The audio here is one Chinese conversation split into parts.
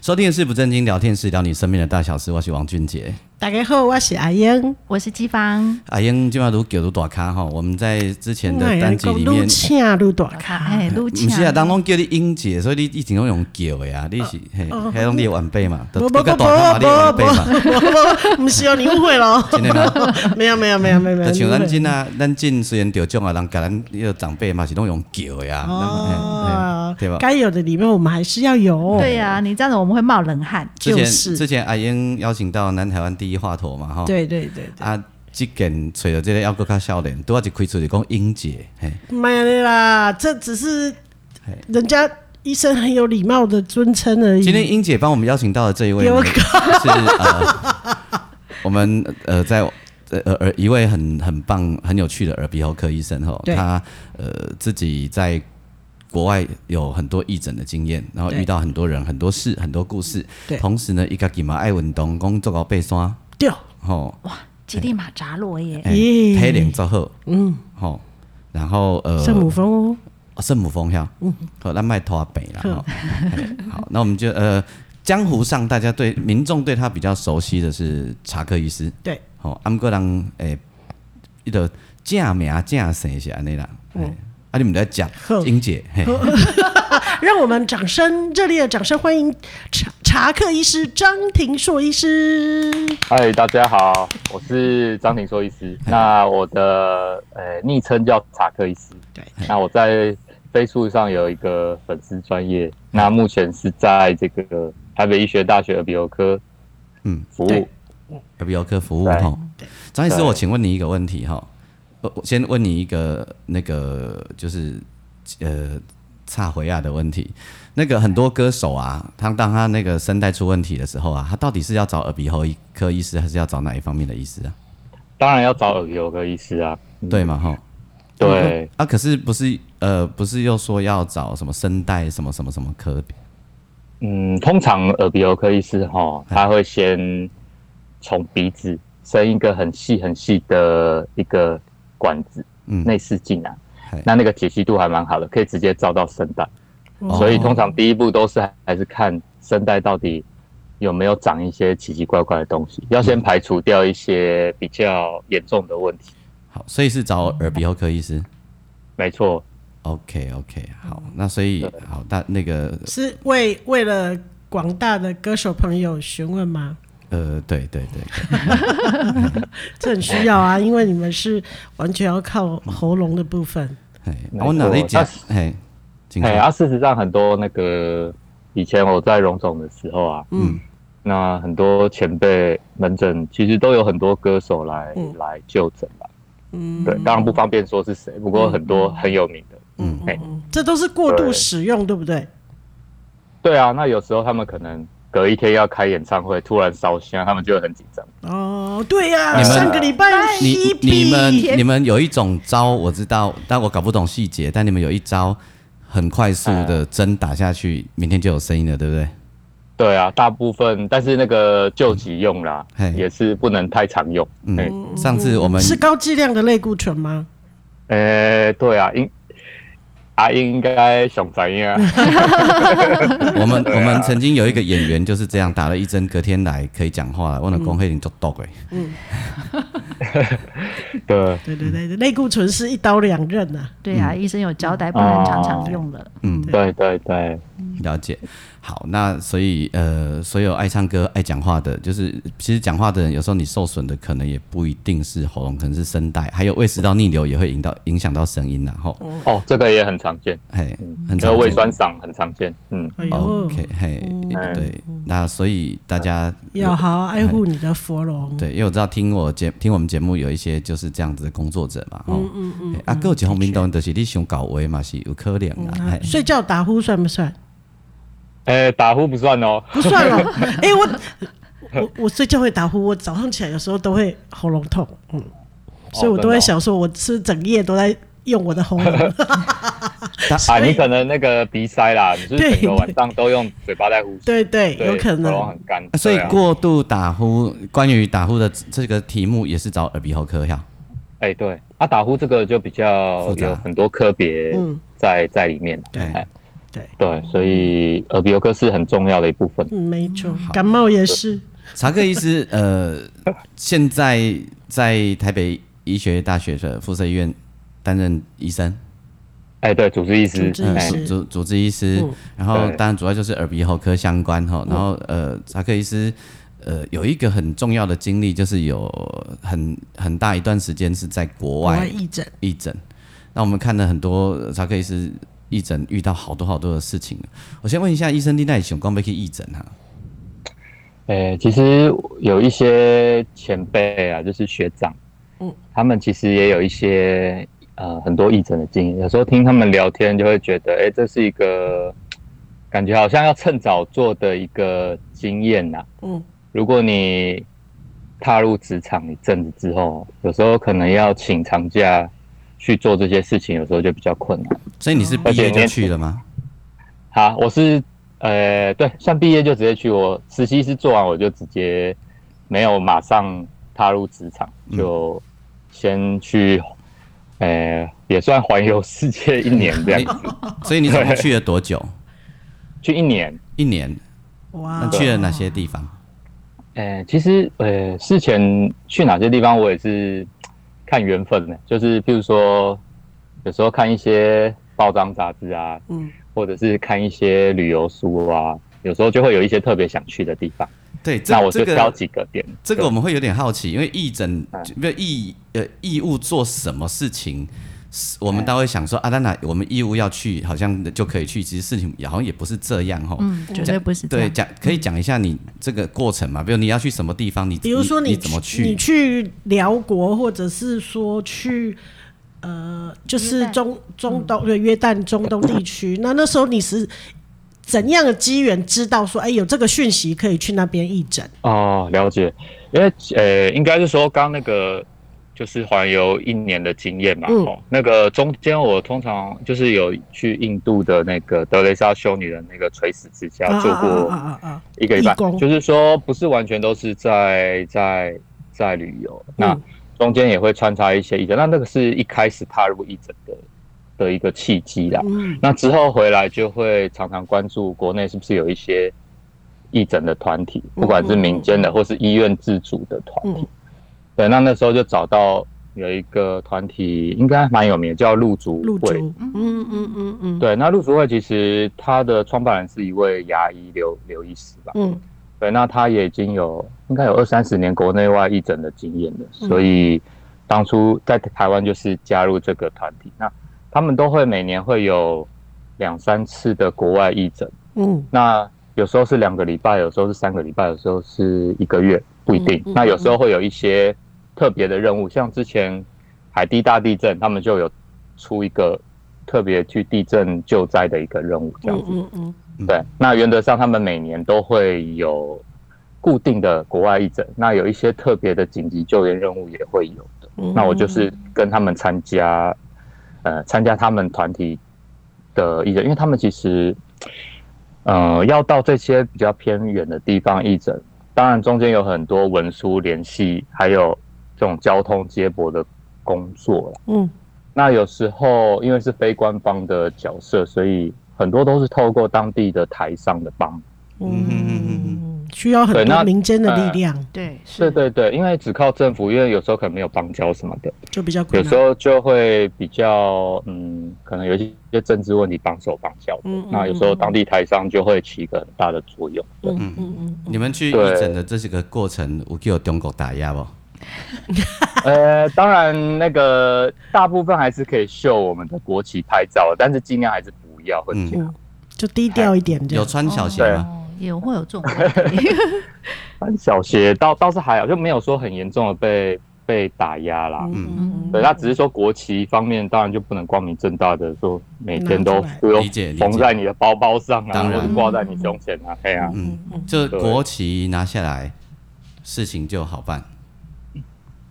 收听的是不正经聊天室，聊你身边的大小事。我是王俊杰。大家好，我是阿英。我是季芳，阿英今晚如狗如大咖哈，我们在之前哎的单集里撸面，恰撸大 咖，哎，陆不强，是啊，当中叫你英姐，所以你一直都用狗的啊，你是嘿，还用你的晚辈嘛，哦不都不不不都跟不大咖嘛，你的晚辈嘛，不不，不是哦，你误会了，真的吗？ 没有没有没有没有没有，你就像误咱会今啊，咱今虽然得奖啊，人甲咱迄个长辈嘛是拢用叫的啊，哦咱嘿嘿，哎对吧？该有的里面我们还是要有，对呀、哦你这样子我们会冒冷汗。之前就是之前阿英邀请到南台湾第一话头嘛，吼，对对对啊，即件找到这个要搁较少年，拄啊一开出就讲英姐，嘿，对，没了啦，这只是嘿人家医生很有礼貌的尊称而已。今天英姐帮我们邀请到的这一位呢有是呃，我们呃在。呃呃呃，一位很很棒、很有趣的耳鼻喉科医生吼，对他呃自己在国外有很多义诊的经验，然后对遇到很多人、很多事、很多故事。对同时呢，伊家己嘛爱运动，讲做到爬山，对，吼，吉利马扎洛耶，哎咦体能做好，嗯，吼，然后呃，圣母峰哦，哦圣母峰哈，嗯好，咱卖拖北了哈。嘿好，那我们就呃，江湖上大家对民众对他比较熟悉的是查克医师，对，吼，阿姆哥人诶，伊个正名正姓是安尼啦，嘿啊，你们在讲哦好英姐，嘿，让我们掌声热烈的掌声欢迎查查克医师张庭硕医师。嗨，大家好，我是张庭硕医师。那我的呃昵称叫查克医师。对，那我在 Facebook 上有一个粉丝专业，那目前是在这个台北医学大学耳鼻喉科嗯，服对务。耳鼻喉科服务对哈对。张医师，对我请问你一个问题哈，呃我先问你一个那个就是呃差回亚的问题。那个很多歌手啊，他当他那个声带出问题的时候啊，他到底是要找耳鼻喉科医师，还是要找哪一方面的医师啊？当然要找耳鼻喉科医师啊。嗯对嘛哈？对，啊，可是不是呃，不是又说要找什么声带什么什么什么科？嗯，通常耳鼻喉科医师哈，他会先从鼻子伸一个很细很细的一个管子，嗯，内视镜啊嗨。那那个解析度还蛮好的，可以直接照到声带。哦所以通常第一步都是还是看声带到底有没有长一些奇奇怪怪的东西，要先排除掉一些比较严重的问题。好，所以是找耳鼻喉科医师。没错， OK OK，好，嗯那所以好，那那个是为为了广大的歌手朋友询问吗？呃，对对对，这很需要 啊，因为你们是完全要靠喉咙的部分。嘿，没啊我哪里错讲但？嘿，请哎，说啊，事实上很多那个以前我在荣总的时候啊，嗯，那很多前辈门诊其实都有很多歌手来、嗯来就诊啦。嗯，对，当然不方便说是谁，不过很多很有名的。嗯哎嗯，这都是过度使用，对不对？对啊，那有时候他们可能隔一天要开演唱会，突然烧香，他们就会很紧张。哦，对呀、你们上个礼拜你 Hebe 你们屁你们有一种招我知道，但我搞不懂细节。但你们有一招很快速嗯的针打下去，明天就有声音了，对不对？对啊，大部分，但是那个救急用啦嘿，也是不能太常用。嗯，嗯，上次我们是高剂量的类固醇吗？呃，对啊，应阿英应该想怎样？ 我们啊我们曾经有一个演员就是这样打了一针，隔天来可以讲话了，我能公会你就毒哎，对，对对对，类固醇是一刀两刃啊。对呀、医生有交代，不能常常用了。嗯，对对对，了解。好，那所以呃，所有爱唱歌、爱讲话的，就是其实讲话的人，有时候你受损的可能也不一定是喉咙，可能是声带，还有胃食道逆流也会影到影响到声音然后哦，这个也很常见，嘿，很这常见个胃酸嗓很常见。嗯，哎呦哦 OK，嘿，哎对，那所以大家要好好爱护你的佛龙。对，因为我知道听我节听我们节目有一些就是这样子的工作者嘛，哦，嗯嗯，啊，还有一方面当然就是你想搞歪嘛是有可能嗯啦，啊嘿睡觉打呼算不算？哎，打呼不算哦，不算了。哎、我我我睡觉会打呼，我早上起来有时候都会喉咙痛，嗯，所以我都会想说，我是整夜都在用我的喉咙。 啊，你可能那个鼻塞啦，你是整个晚上都用嘴巴在呼吸，对对，有可喉咙能。很干，所以对啊过度打呼，关于打呼的这个题目也是找耳鼻喉科要。哎、对，啊，打呼这个就比较复杂有很多科别嗯在、在里面，对哎对对，所以耳鼻喉科是很重要的一部分。嗯，没错，感冒也是。查克医师， 呃，现在在台北医学大学的附设医院担任医生，哎、对，主治医师主，治医嗯哎师是主主治医师，嗯然后呃对当然主要就是耳鼻喉科相关哈，然后呃，查克医师。呃，有一个很重要的经历，就是有很很大一段时间是在国我外义诊，义诊。那我们看了很多呃查克医师义诊遇到好多好多的事情。我先问一下医生，你那里想光被去义诊哈？哎、其实有一些前辈啊，就是学长，嗯他们其实也有一些呃很多义诊的经验，有时候听他们聊天就会觉得，哎、这是一个感觉好像要趁早做的一个经验呐、嗯，如果你踏入职场一阵子之后，有时候可能要请长假去做这些事情，有时候就比较困难。所以你是嗯毕业就去了吗？好，我是呃，对，算毕业就直接去，我实习是做完我就直接没有马上踏入职场，嗯就先去呃，也算环游世界一年这样子，哎所 以你总共去了多久？去一年。一年？那哇，哦去了哪些地方？呃，其实呃，事前去哪些地方，我也是看缘分的，就是譬如说，有时候看一些报章杂志啊，嗯，或者是看一些旅游书啊，有时候就会有一些特别想去的地方，对，这那我这就挑个几个点。这个对我们会有点好奇，因为义诊嗯就没有义呃义务做什么事情，是我们都会想说啊，那那我们义务要去，好像就可以去，其实事情好像也不是这样哈。嗯，绝对不是这对，样。讲可以讲一下你这个过程嘛？比如你要去什么地方，你比如说你你怎么你去？去辽国，或者是说去呃，就是约旦中中东对约旦中东地区，那那时候你是怎样的机缘知道说，哎，有这个讯息可以去那边义诊？哦，了解，因为呃，应该是说刚那个就是环游一年的经验嘛，嗯哦，那个中间我通常就是有去印度的那个德雷莎修女的那个垂死之家做过啊啊啊！一个礼拜义工，就是说不是完全都是在在在旅游，嗯那中间也会穿插一些义诊，那那个是一开始踏入义诊的的一个契机啦，嗯那之后回来就会常常关注国内是不是有一些义诊的团体，不管是民间的或是医院自主的团体。嗯对，那那时候就找到有一个团体，应该蛮有名的，叫陆竹入会。竹，嗯嗯嗯嗯，，对，那陆竹会其实他的创办人是一位牙医刘刘医师吧？嗯对，那他也已经有应该有二三十年国内外义诊的经验了，所嗯以当初在台湾就是加入这个团体。那他们都会每年会有两三次的国外义诊，嗯那有时候是两个礼拜，有时候是三个礼拜，有时候是一个月，不一定。嗯嗯那有时候会有一些特别的任务，像之前海地大地震，他们就有出一个特别去地震救灾的一个任务，这样嗯子。嗯嗯，对，那原则上他们每年都会有固定的国外义诊，那有一些特别的紧急救援任务也会有的。嗯那我就是跟他们参加，呃，参加他们团体的义诊，因为他们其实，呃，要到这些比较偏远的地方义诊，当然中间有很多文书联系，还有这种交通接驳的工作啦。嗯那有时候因为是非官方的角色，所以很多都是透过当地的台上的帮忙。嗯，需要很对多那民间的力量，对，是对对对，因为只靠政府，因为有时候可能没有邦交什么的，就比较困有难。时候就会比较嗯，可能有一些政治问题帮手帮脚的。嗯嗯那有时候当地台商就会起一个很大的作用。对嗯嗯嗯，你们去义对诊的这几个过程，有给中国打压不？呃，当然那个大部分还是可以秀我们的国旗拍照，但是尽量还是不要会嗯这样。就低调一点这有样。穿小鞋吗？嗯哦，也会 有这种问题。穿小鞋倒倒是还好，就没有说很严重的被被打压啦。嗯对，那只是说国旗方面，当然就不能光明正大的说每天都拿都理解理解缝在你的包包上啊，当或然者挂在你胸前啊，哎呀、嗯，这对国旗拿下来，事情就好办。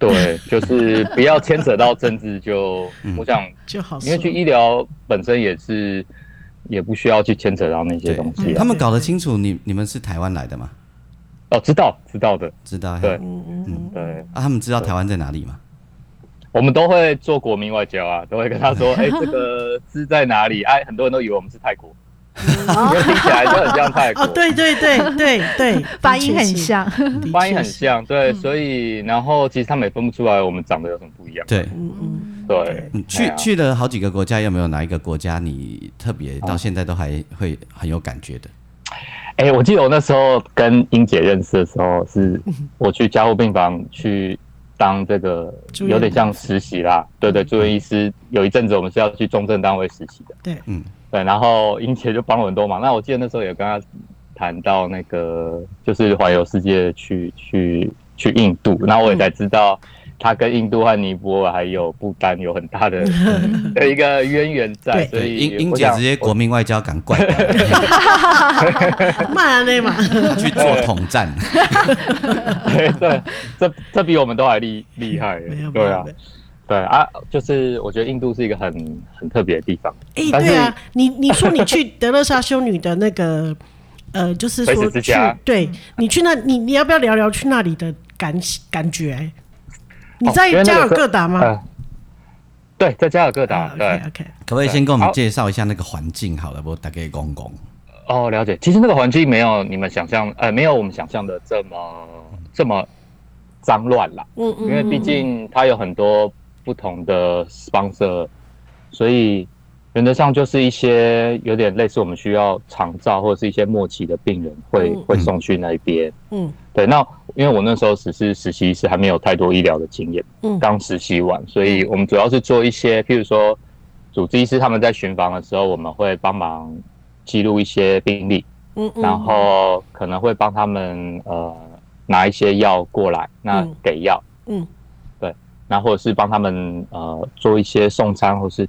对，就是不要牵扯到政治就，嗯我想，就好因为说。去医疗本身也是也不需要去牵扯到那些对嗯东西他啊。们搞得清楚你你们是台湾来的嘛？哦，知道知道的，知道？对嗯嗯嗯，对，啊，他们知道台湾在哪里嘛？我们都会做国民外交啊，都会跟他说，哎、这 个是在哪里？哎，很多人都以为我们是泰国，哦 因为听起来就很像泰国。哦，对对对对 对，发音很像，的确是，发音很像，对，嗯所以然后其实他们也分不出来我们长得有什么不一样。对，嗯嗯，对嗯，去哎呀去了好几个国家，有没有哪一个国家你特别到现在都还会很有感觉的？哎、我记得我那时候跟英姐认识的时候， 是我去加护病房去当这个住院嗯有点像实习啦，对对，住院医师。有一阵子我们是要去重症单位实习的，对，嗯，对，然后英姐就帮了我很多忙。那我记得那时候有跟她谈到那个就是环游世界去去去印度，那嗯我也才知道。她跟印度和尼泊尔还有不丹有很大 的的一个渊源在，对所对，以英英我姐想直接国民外交，赶快骂那嘛，她去做统 战。对 对，这这比我们都还厉厉害耶没有，对啊没有，对啊，就是我觉得印度是一个很很特别的地方，哎，但是对啊，你你说你去德勒莎修女的那个，呃，就是垂说死之去家，对你去那，你你要不要聊聊去那里的感感觉？你在哦因为那个加尔时候各答吗？啊嗯，对，在加尔各答，对 o，k OK，可不可以先跟我们好介绍一下那个环境好了？我大概公公哦，了解。其实那个环境没有你们想象，呃，没有我们想象的这么这么脏乱啦，嗯因为毕竟它有很多不同的 sponsor，所以原则上就是一些有点类似我们需要长照或者是一些末期的病人会嗯会送去那边。嗯对，那因为我那时候只是实习医师，还没有太多医疗的经验，嗯刚实习完，所以我们主要是做一些，譬如说，主治医师他们在巡房的时候，我们会帮忙记录一些病例，嗯嗯，然后可能会帮他们呃拿一些药过来，那嗯给药，嗯然后或者是帮他们呃做一些送餐或是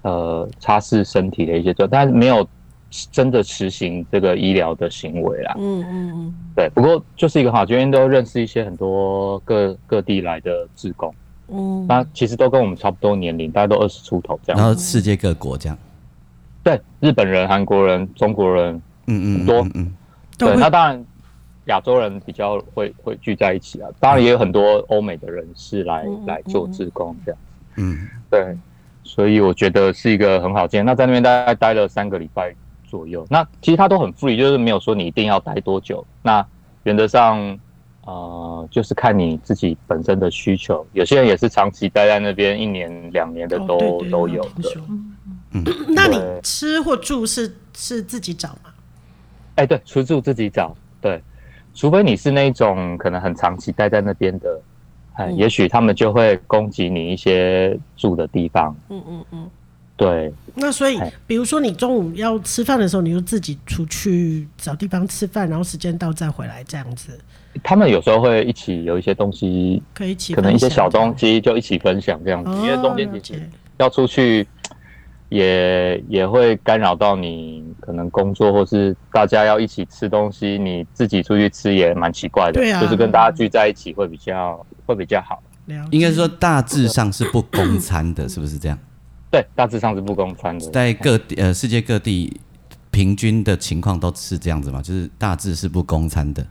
呃擦拭身体的一些做，但是没有真的实行这个医疗的行为啦。嗯嗯对，不过就是一个好，因为都认识一些很多各各地来的志工，嗯嗯，那其实都跟我们差不多年龄，大概都二十出头这然样。后世界各国这样，对，日本人、韩国人、中国人，嗯嗯嗯很多嗯嗯，都对，会哦那当然亚洲人比较会会聚在一起啊，当然也有很多欧美的人士来嗯嗯来嗯做嗯志工这样。嗯，对，所以我觉得是一个很好见。那在那边大概待了三个礼拜左右，那其实他都很 free，就是没有说你一定要待多久。那原则上，呃，就是看你自己本身的需求。有些人也是长期待在那边，一年、两年的哦都、对对都对有听的。说嗯那你对吃或住是是自己找吗？哎、对，除住自己找，对，除非你是那种可能很长期待在那边的。哎，嗯也许他们就会供给你一些住的地方，嗯嗯嗯。对，那所以哎，比如说你中午要吃饭的时候，你就自己出去找地方吃饭，然后时间到再回来，这样子他们有时候会一起有一些东西可以一起可分享。能一些小东西就一起分享这样子，哦，因为中间了其实解要出去也也会干扰到你可能工作或是大家要一起吃东西，你自己出去吃也蛮奇怪的，对啊就是跟大家聚在一起会比较会比较好。了解应该说大致上是不公餐的，是不是这样？对，大致上是不公餐的。在各地呃世界各地平均的情况都是这样子嘛，就是大致是不公餐的，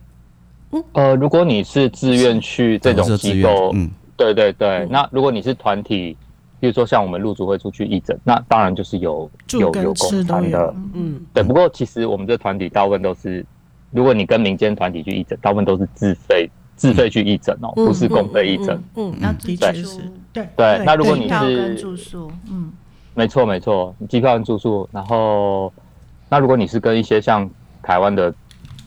呃，如果你是自愿去这都种是自机愿构，嗯，对对对。那如果你是团体，比如说像我们陆组会出去义诊，那当然就是有住有跟有吃公都餐的有，，嗯，对，不过其实我们这团体大部分都是，如果你跟民间团体去义诊，大部分都是自费自费去义诊哦，不是公费义诊。嗯，嗯，要嗯自的己确住是，对对那如果对你机票是跟住宿，嗯，没错没错，机票跟住宿，然后那如果你是跟一些像台湾的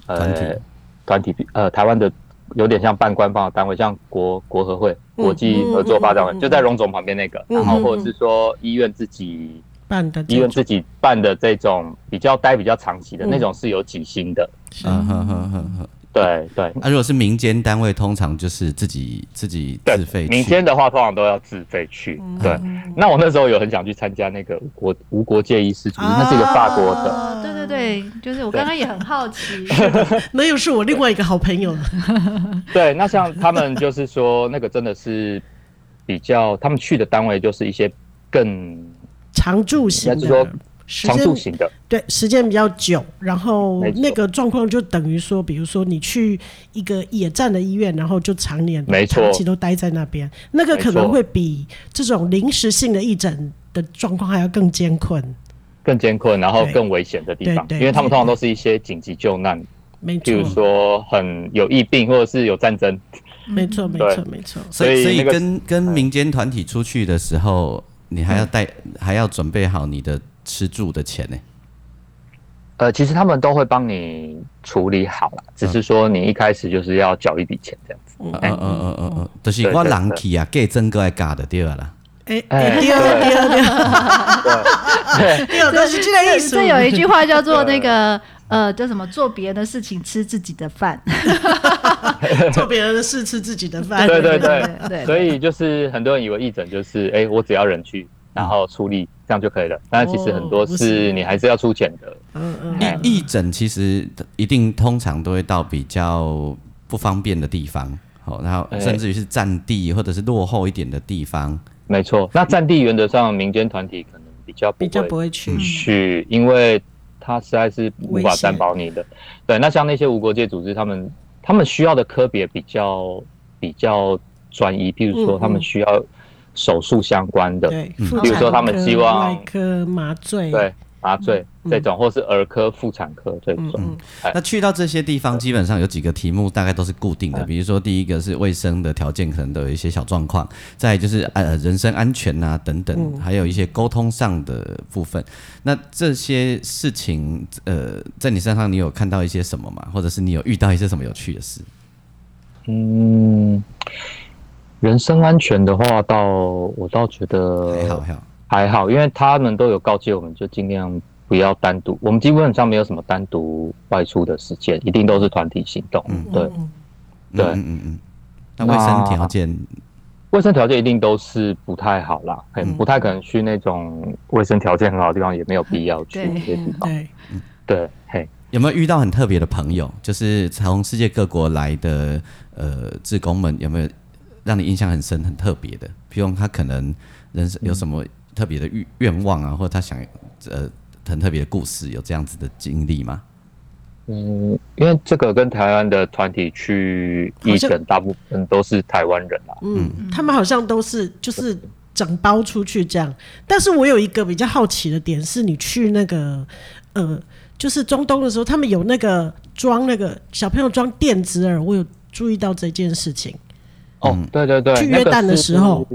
团体呃团体呃台湾的有点像半官方的单位，像国国合会、国际合作发展会，嗯嗯嗯嗯嗯嗯就在荣总旁边那个，嗯然后嗯或者是说医院自己办的这医院种自己办的这种比较待比较长期的嗯那种是有几星的，是啊嗯哼哼哼哼，对对那、如果是民间单位，通常就是自己自己对自费，去。民间的话通常都要自费去。嗯对，那我那时候有很想去参加那个无国无国界医师主义，那是一个法国的。啊哦对对对，就是我对刚刚也很好奇，那又是我另外一个好朋友了。 对，那像他们就是说，那个真的是比较，他们去的单位就是一些更常驻型应的，该是说时常驻间型的，对时间比较久，然后没错那个状况就等于说，比如说你去一个野战的医院，然后就常年没错长期都待在那边，那个没可能错会比这种临时性的义诊的状况还要更艰困。更艰困，然后对更危险的地方，对对因为他们对通常都是一些紧急救难，没譬如错，说很有疫病或者是有战争，没错，没对错，没错。所以，所所以以那个哎跟跟民间团体出去的时候，你还要带，还要准备好你的吃住的钱呢、呃，其实他们都会帮你处理好了，只是说你一开始就是要缴一笔钱这样子。嗯嗯嗯嗯嗯，就是我人去啊，给真个爱嫁的对了啦。哎哎哎，第二对第二第二，第二都是这个意思。这有一句话叫做那 个呃叫什么？做别人的事情，吃自己的饭。做别人的事吃自己的饭。对对对对对所以就是很多人以为义诊就是，哎、我只要人去，然后出力这样就可以了。但其实很多哦不是是你还是要出钱的。嗯嗯哎义诊其实一定通常都会到比较不方便的地方，好、然后哎甚至于是占地或者是落后一点的地方。没错，那占地原则上民间团体可能比较不比较不会会去。去，因为它实在是无危法险担保你的。对，那像那些无国界组织，他们他们需要的科别比较比较专一，譬嗯如说嗯他们需要手术相关的，对，嗯妇比如说产他们科希望外科麻醉，对，麻醉这种，或是儿科、妇产科这嗯种嗯。那去到这些地方，基本上有几个题目大概都是固定哎的，比如说第一个是卫生的条件可能都有一些小状况，再来就是呃人身安全啊等嗯等，还有一些沟通上的部分。那这些事情，呃，在你身上你有看到一些什么吗？或者是你有遇到一些什么有趣的事？嗯，人身安全的话，倒我倒觉 得还好还好，还好，因为他们都有告诫我们，就尽量不要单独。我们基本上没有什么单独外出的时间，一定都是团体行动。对，对嗯嗯嗯。那卫生条件，卫生条件一定都是不太好啦，很、不太可能去那种卫生条件很好的地方，也没有必要去对那些地方。对，对，嘿，有没有遇到很特别的朋友？就是从世界各国来的呃志工们，有没有让你印象很深、很特别的？譬如他可能人生有什么特别的愿愿望啊，或者他想呃很特别的故事，有这样子的经历吗？嗯，因为这个跟台湾的团体去义诊，大部分都是台湾人啊啦。嗯，他们好像都是就是整包出去这样。但是我有一个比较好奇的点是，你去那个呃，就是中东的时候，他们有那个装那个小朋友装电子耳，我有注意到这件事情。哦，嗯对对对，去那约个旦的是时候，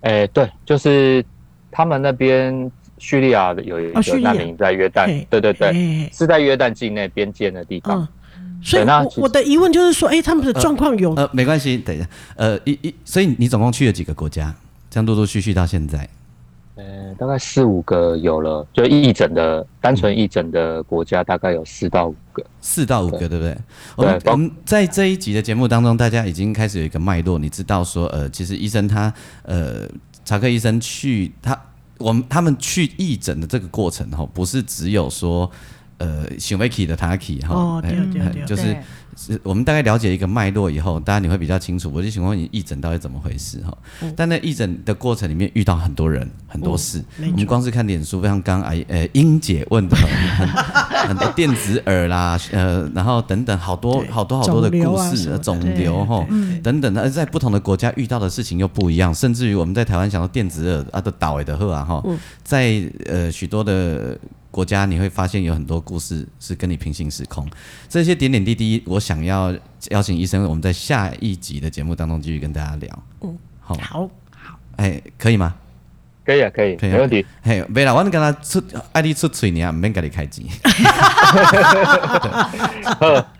哎、对，就是他们那边叙利亚的有一哦叙个利亚难民在约旦，嘿对对对，嘿是在约旦境内边界的地方。嗯，所以对那我其实嗯我的疑问就是说，哎、他们的状况有、呃，没关系，等一下，呃，一一，所以你总共去了几个国家？这样陆陆续续到现在，嗯呃，大概四五个有了，就义诊的单纯义诊的国家大概有四到五个。四到五个，对不对？我们包我们在这一集的节目当中，大家已经开始有一个脉络，你知道说，呃，其实医生他，呃，查克医生去他我们他们去义诊的这个过程哈，不是只有说。呃，行为起的 t a k 哈，哦哎对对哎对就是对是我们大概了解一个脉络以后，大家你会比较清楚。我就想问你义诊到底怎么回事哈？嗯但那义诊的过程里面遇到很多人很多事，哦没我们光是看脸书，像刚哎呃英姐问的很 很很多电子耳啦，呃，然后等等好多对好多好多的肿瘤故啊事什么，的嗯肿瘤哈等等的，而在不同的国家遇到的事情又不一样，甚至于我们在台湾想到电子耳啊都倒哎的喝啊嗯哈，在呃许多的国家你会发现有很多故事是跟你平行时空。这些点点滴滴，我想要邀请医生，我们在下一集的节目当中继续跟大家聊。嗯，好，好，哎，可以吗？可以啊，可以，可以啊没问题。嘿，没啦，我跟他出，爱你出嘴呢，唔免跟你开钱。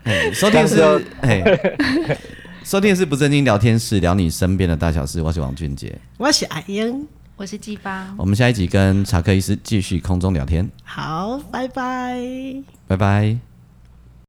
嘿收听是这样子，嘿，收听是不正经聊天室，聊你身边的大小事。我是王俊杰，我是阿英，我是季芳，我们下一集跟查克医师继续空中聊天，好，拜拜。拜拜。